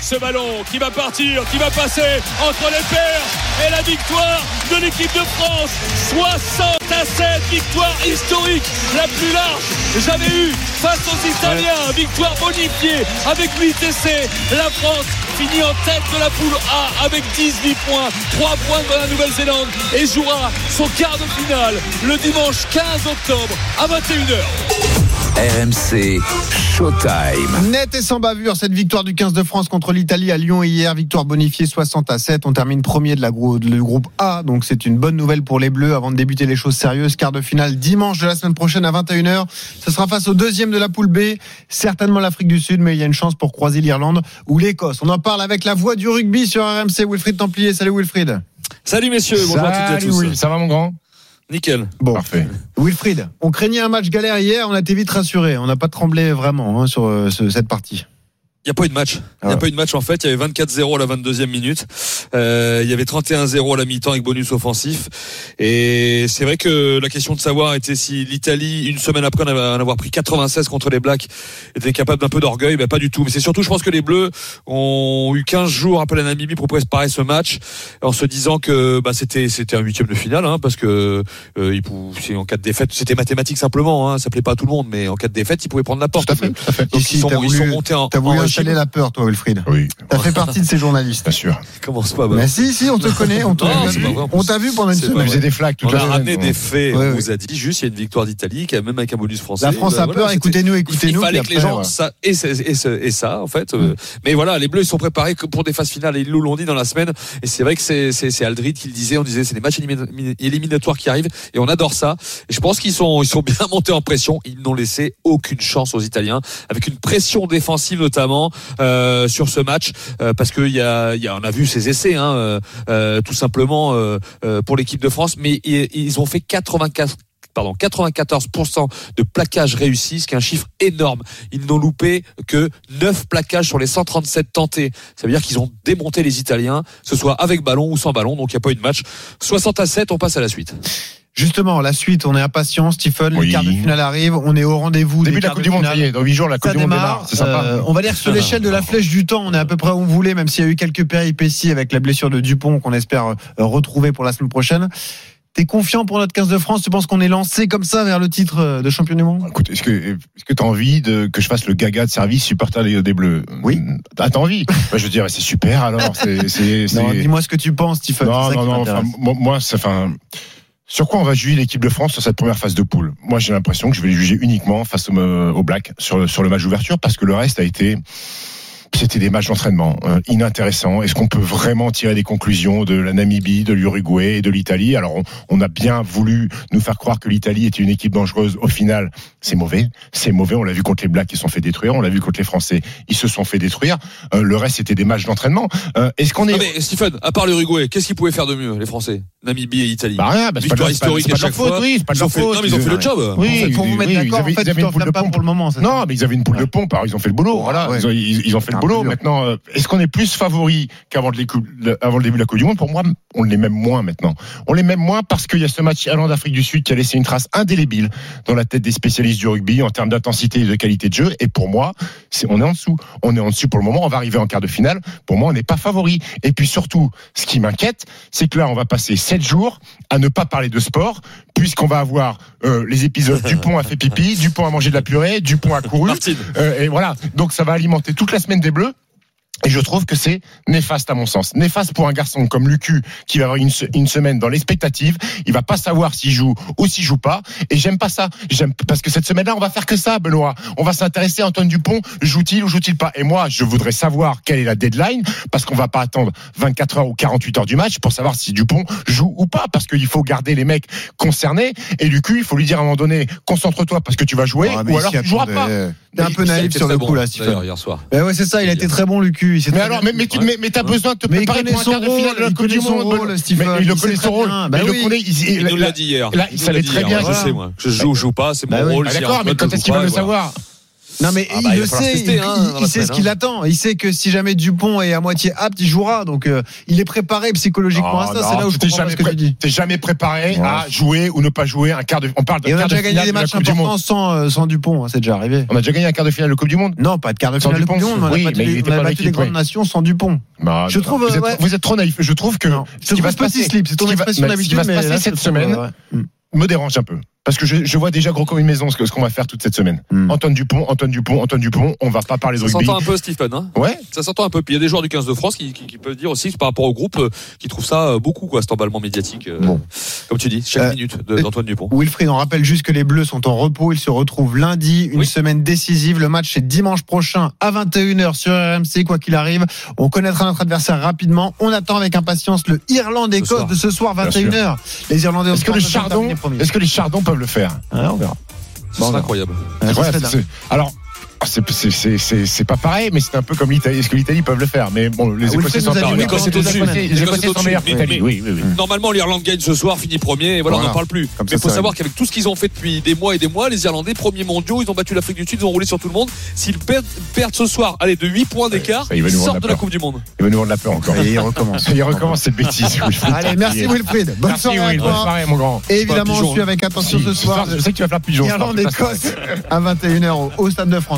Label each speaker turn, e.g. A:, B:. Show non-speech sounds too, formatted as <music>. A: ce ballon qui va partir, qui va passer entre les pairs et la victoire de l'équipe de France. 67 victoire historique, la plus large jamais eue face aux Italiens. Victoire bonifiée avec 8 essais. La France finit en tête de la poule A avec 18 points, 3 points de la Nouvelle-Zélande et jouera son quart de finale le dimanche 15 octobre à 21h.
B: RMC Showtime.
C: Net et sans bavure, cette victoire du 15 de France contre l'Italie à Lyon hier, victoire bonifiée 60 à 7. On termine premier de la grou de le groupe A, donc c'est une bonne nouvelle pour les Bleus avant de débuter les choses sérieuses. Quart de finale dimanche de la semaine prochaine à 21h. Ce sera face au deuxième de la poule B, certainement l'Afrique du Sud, mais il y a une chance pour croiser l'Irlande ou l'Écosse. On en parle avec la voix du rugby sur RMC, Wilfried Templier. Salut Wilfried.
A: Salut messieurs, bonjour à toutes et à tous.
D: Oui. Ça va mon grand
A: Nickel.
C: Bon.
D: Parfait.
C: Wilfried, on craignait un match galère hier, on a été vite rassuré. On n'a pas tremblé vraiment hein, sur euh, ce, cette partie.
A: Il n'y a pas eu de match. Il ah n'y a ouais. pas eu de match en fait. Il y avait 24-0 à la 22e minute. Euh, il y avait 31-0 à la mi-temps avec bonus offensif. Et c'est vrai que la question de savoir était si l'Italie, une semaine après en avoir pris 96 contre les Blacks, était capable d'un peu d'orgueil. Ben, pas du tout. Mais c'est surtout, je pense que les Bleus ont eu 15 jours après la Namibie pour préparer ce match en se disant que ben, c'était c'était un huitième de finale hein, parce que euh, ils pouvaient, en cas de défaite, c'était mathématique simplement. Hein, ça plaît pas à tout le monde, mais en cas de défaite, ils pouvaient prendre la porte.
C: Tout à fait, tout à fait.
A: Donc
C: Ici,
A: ils, sont,
C: as
A: ils
C: voulu,
A: sont montés en,
C: as voulu
A: en
C: installer la peur, toi, Wilfried.
D: Oui.
C: T'as fait partie de ces journalistes.
D: <laughs> Bien sûr.
A: Commence pas. Bah.
C: Mais si, si, on te connaît, on te-
A: Non, c'est pas vrai, en plus.
C: on t'a vu pendant une
A: C'est pas
D: On
A: vrai.
C: semaine.
D: faisait des flaques tout
A: on
D: à
A: a
D: l'heure.
A: ramené des faits.
C: Ouais,
A: on
C: ouais.
A: vous a dit juste, il y a une victoire d'Italie, qui a- même avec un bonus français.
C: La France
A: Bah,
C: a
A: voilà,
C: peur,
A: c'était-
C: écoutez-nous, écoutez-nous.
A: Il fallait
C: puis
A: que les
C: après, euh, Mm.
A: gens
C: ouais.
A: ça et, ça- et, ça- et ça en fait. euh, Mais voilà, les Bleus ils sont préparés que pour des phases finales et ils nous l'ont dit dans la semaine. Et c'est vrai que c'est c'est c'est Aldrit qui le disait. On disait c'est des matchs élimi- éliminatoires qui arrivent et on adore ça. Et je pense qu'ils sont ils sont bien <laughs> montés en pression. Ils n'ont laissé aucune chance aux Italiens avec une pression défensive notamment euh, sur ce match euh, parce que il y a, il y a on a vu ces essais hein, euh, euh, tout simplement euh, euh, pour l'équipe de France. Mais i- ils ont fait 84 pardon 94% de plaquages réussis, ce qui est un chiffre énorme. Ils n'ont loupé que 9 plaquages sur les 137 tentés. Ça veut dire qu'ils ont démonté les Italiens, que ce soit avec ballon ou sans ballon, donc il n'y a pas eu de match. 60 à 7, on passe à la suite.
C: Justement, la suite, on est impatient, Stephen. Les
D: Oui.
C: quarts de finale arrivent, on est au rendez-vous.
D: Début
C: des
D: de la
C: quarts
D: Coupe du Monde, ça
C: finale.
D: y est. Dans 8 jours, la Coupe
C: Ça
D: du Monde
C: démarre.
D: démarre. C'est sympa.
C: Euh, on va dire sur l'échelle de la flèche du temps, on est à peu près où on voulait, même s'il y a eu quelques péripéties avec la blessure de Dupont qu'on espère euh, retrouver pour la semaine prochaine. T'es confiant pour notre 15 de France Tu penses qu'on est lancé comme ça vers le titre euh, de champion du monde
D: Écoute, est-ce que est-ce que t'as envie de que je fasse le gaga de service supporter des des Bleus
C: Oui.
D: Ah,
C: <laughs>
D: t'as envie Bah, Je veux dire, c'est super. Alors, c'est c'est c'est-
C: Non, dis-moi ce que tu penses, Stephen. c'est
D: non,
C: ça
D: non,
C: qui
D: non,
C: m'intéresse.
D: enfin, moi, moi, c'est- enfin, sur quoi on va juger l'équipe de France sur cette première phase de poule Moi, j'ai l'impression que je vais les juger uniquement face au, euh, au Black sur, sur le match d'ouverture parce que le reste a été. C'était des matchs d'entraînement euh, inintéressants. Est-ce qu'on peut vraiment tirer des conclusions de la Namibie, de l'Uruguay et de l'Italie Alors, on, on a bien voulu nous faire croire que l'Italie était une équipe dangereuse. Au final, c'est mauvais. C'est mauvais. On l'a vu contre les Blacks, ils se sont fait détruire. On l'a vu contre les Français, ils se sont fait détruire. Euh, le reste, c'était des matchs d'entraînement. Euh, Est-ce qu'on est...
A: Non Ah, mais Stephen, à part l'Uruguay, qu'est-ce qu'ils pouvaient faire de mieux, les Français Namibie et Italie
D: Bah rien, bah c'est pas de
A: Victoire
D: leur- c'est pas-
A: historique
D: c'est pas
A: à
D: de leur
A: chaque fois.
D: faute, oui, c'est pas de
A: ils ont
D: leur
A: fait,
D: faute.
A: non, mais ils ont fait le job.
D: Oui,
C: En fait, pour vous
D: oui,
C: mettre
D: oui,
C: d'accord,
D: ils avaient-
C: en fait,
D: ils avaient
C: tu
D: une poule
C: t'enflammes
D: de
C: pas
D: pompe.
C: pour le moment. c'est ça
D: Non, mais ils avaient une poule de pompe, alors ils ont fait le boulot. Voilà,
A: Ah,
C: ouais.
D: ils, ont, ils- ils ont fait
C: C'est
D: le
C: un
D: boulot.
C: peu dur.
D: Maintenant, euh, est-ce qu'on est plus favori qu'avant de les coupes- le- avant le début de la Coupe du Monde Pour moi, on l'est même moins maintenant. On l'est même moins parce qu'il y a ce match Irlande-Afrique du Sud qui a laissé une trace indélébile dans la tête des spécialistes du rugby en termes d'intensité et de qualité de jeu. Et pour moi, c'est- on est en dessous. On est en dessous pour le moment. On va arriver en quart de finale. Pour moi, on n'est pas favori. Et puis surtout, ce qui m'inquiète, c'est que là, on va passer sept jours à ne pas parler de sport, puisqu'on va avoir euh, les épisodes Dupont a fait pipi, Dupont a mangé de la purée, Dupont a couru.
A: Martine,
D: Euh, et voilà. Donc ça va alimenter toute la semaine des Bleus. Et je trouve que c'est néfaste à mon sens. Néfaste pour un garçon comme Lucu qui va avoir une, se- une semaine dans l'expectative. Il va pas savoir s'il joue ou s'il joue pas. Et j'aime pas ça. J'aime parce que cette semaine-là, on va faire que ça, Benoît. On va s'intéresser à Antoine Dupont. Joue-t-il ou joue-t-il pas Et moi, je voudrais savoir quelle est la deadline parce qu'on va pas attendre 24 heures ou 48 heures du match pour savoir si Dupont joue ou pas parce qu'il faut garder les mecs concernés. Et Lucu, il faut lui dire à un moment donné, concentre-toi parce que tu vas jouer
C: Ah, mais
D: ou
C: ici,
D: alors tu joueras
C: attendez,
D: pas.
C: euh, T'es un peu
A: Ça a
C: naïf
A: été
C: sur
A: très
C: le
A: bon,
C: coup, là, Stephen.
A: d'ailleurs, hier soir.
C: Ben ouais, c'est ça, il a été très bon, le cul.
D: Mais alors, mais, mais, tu-
A: Ouais.
D: mais, mais t'as besoin de te
C: Mais il
D: préparer
C: connaît
D: pour un
C: son
D: quart de
C: rôle,
D: finale de la
C: il
D: Coupe du
C: connaît son
D: Monde.
C: rôle, Stephen,
D: mais il
C: il
D: le
C: sait
D: connaît
C: très
D: son rôle.
C: bien. Bah
D: Mais il le
C: oui.
D: connaît. il-
A: Il
D: il-
A: nous
D: la-
A: l'a dit hier.
D: là,
A: Il
D: ça
A: nous l'a
D: l'est
A: dit
D: très
A: hier.
D: bien,
A: Je
C: voilà.
A: sais moi. Je joue, je joue pas, c'est mon
C: Bah oui.
A: rôle.
D: Ah,
A: j'ai un
D: D'accord, mais
A: mode, je
D: quand est-ce
A: joue
D: qu'il
A: pas,
D: va le
A: et voilà.
D: savoir
C: Non mais
A: Ah bah,
C: il
A: il
C: le
A: va falloir
C: sait,
A: tester,
C: il,
A: hein,
C: il-
A: dans
C: il
A: la
C: sait ce
A: semaine,
C: qu'il attend. Il sait que si jamais Dupont est à moitié apte, il jouera. Donc euh, il est préparé psychologiquement à
D: Non,
C: ça.
D: non,
C: C'est là où je
D: t'es
C: comprends pas
D: jamais
C: ce que
D: prêt.
C: tu dis.
D: T'es jamais préparé
C: Ouais.
D: à jouer ou ne pas jouer un quart de. On parle de
C: Et on a
D: quart de
C: déjà gagné
D: finale
C: des
D: de la
C: matchs
D: Coupe du Monde.
C: importants sans, euh, sans Dupont, hein, c'est déjà arrivé.
D: On a déjà gagné un quart de finale de Coupe du Monde.
C: Non, pas de quart de
D: Sans
C: finale de Coupe du
D: Dupont,
C: Monde, mais on a
D: oui,
C: battu
D: mais il
C: des-
D: était
C: on a
D: pas dans
C: battu des
D: l'équipe,
C: grandes
D: ouais.
C: nations sans Dupont.
D: Non,
C: Je
D: non,
C: trouve,
D: non.
C: euh,
D: vous, êtes,
C: ouais.
D: vous êtes trop naïf. Je trouve que
C: Non,
D: ce qui va se passer,
C: slip, c'est ton
D: ce qui va-
C: expression
D: mais ce qui
C: d'habitude.
D: va se
C: mais
D: passer
C: là,
D: cette
C: je trouve,
D: semaine,
C: euh, ouais.
D: me dérange un peu. Parce que je, je vois déjà gros comme une maison ce que- ce qu'on va faire toute cette semaine.
C: Mm.
D: Antoine Dupont, Antoine Dupont, Antoine Dupont, on va pas parler de
A: Ça
D: rugby.
A: s'entend un peu, Stephen. Hein
D: Ouais,
A: ça s'entend un peu. Puis il y a des joueurs du 15 de France qui, qui, qui peuvent dire aussi, par rapport au groupe, euh, qui trouvent ça euh, beaucoup, quoi, cet emballement médiatique. euh,
C: Bon.
A: Comme tu dis, chaque
C: Euh,
A: minute de- d'Antoine Dupont.
C: Wilfried, on rappelle juste que les Bleus sont en repos. Ils se retrouvent lundi, une
A: Oui.
C: semaine décisive. Le match c'est dimanche prochain à 21h sur RMC, quoi qu'il arrive. On connaîtra notre adversaire rapidement. On attend avec impatience le Irlande-Écosse
A: soir.
C: de ce soir,
D: Bien sûr.
C: 21h. Les Irlandais
D: est-ce que,
C: ont
D: le
C: tendance à
D: chardon,
C: terminer premiers.
D: est-ce que les chardons peuvent le faire
C: Ah, on verra.
A: C'est
C: non.
A: incroyable.
C: Ah, ça
D: Voilà,
C: serait
D: c'est- c'est- Alors, c'est- c'est- c'est c'est- c'est pas pareil, mais c'est un peu comme l'Italie. Est-ce que l'Italie peuvent le faire Mais bon, les
C: Ah,
D: Écossais
C: Wilfried
D: sont
C: nous a
D: en
C: dit
D: retard.
C: oui,
A: quand
D: Les
A: on est au-dessus.
D: Écossais- les
A: Les
D: Écossais sont
A: Écossais
D: meilleurs que
A: sont
D: l'Italie.
A: au-dessus.
D: Oui, oui, oui.
C: Mm.
A: Normalement, l'Irlande gagne ce soir, finit premier, et voilà, on
C: Voilà.
A: n'en parle plus.
C: Comme
A: Mais
C: ça,
A: il faut
C: c'est
A: savoir qu'avec tout ce qu'ils ont fait depuis des mois et des mois, les Irlandais, premiers mondiaux, ils ont battu l'Afrique du Sud, ils ont roulé sur tout le monde. S'ils perdent, perdent ce soir, allez, de 8 points d'écart,
D: ça, il va
A: ils
D: nous rendre
A: sortent de la
D: peur.
A: Coupe du Monde.
D: Il va nous vendre la peur encore.
C: Et il recommence.
D: Il recommence cette bêtise. Wilfried.
C: <laughs> Allez, merci Wilfried. Bonne
D: Merci,
C: soirée à
D: Will. Bonne
C: toi.
D: soirée, mon grand.
C: Et évidemment,
A: Pas un
C: on
A: pigeon.
C: suit avec attention
D: Si,
C: ce soir.
D: Je sais que tu vas faire pigeon. ce soir.
C: Irlande-Écosse à 21h au- au Stade de France.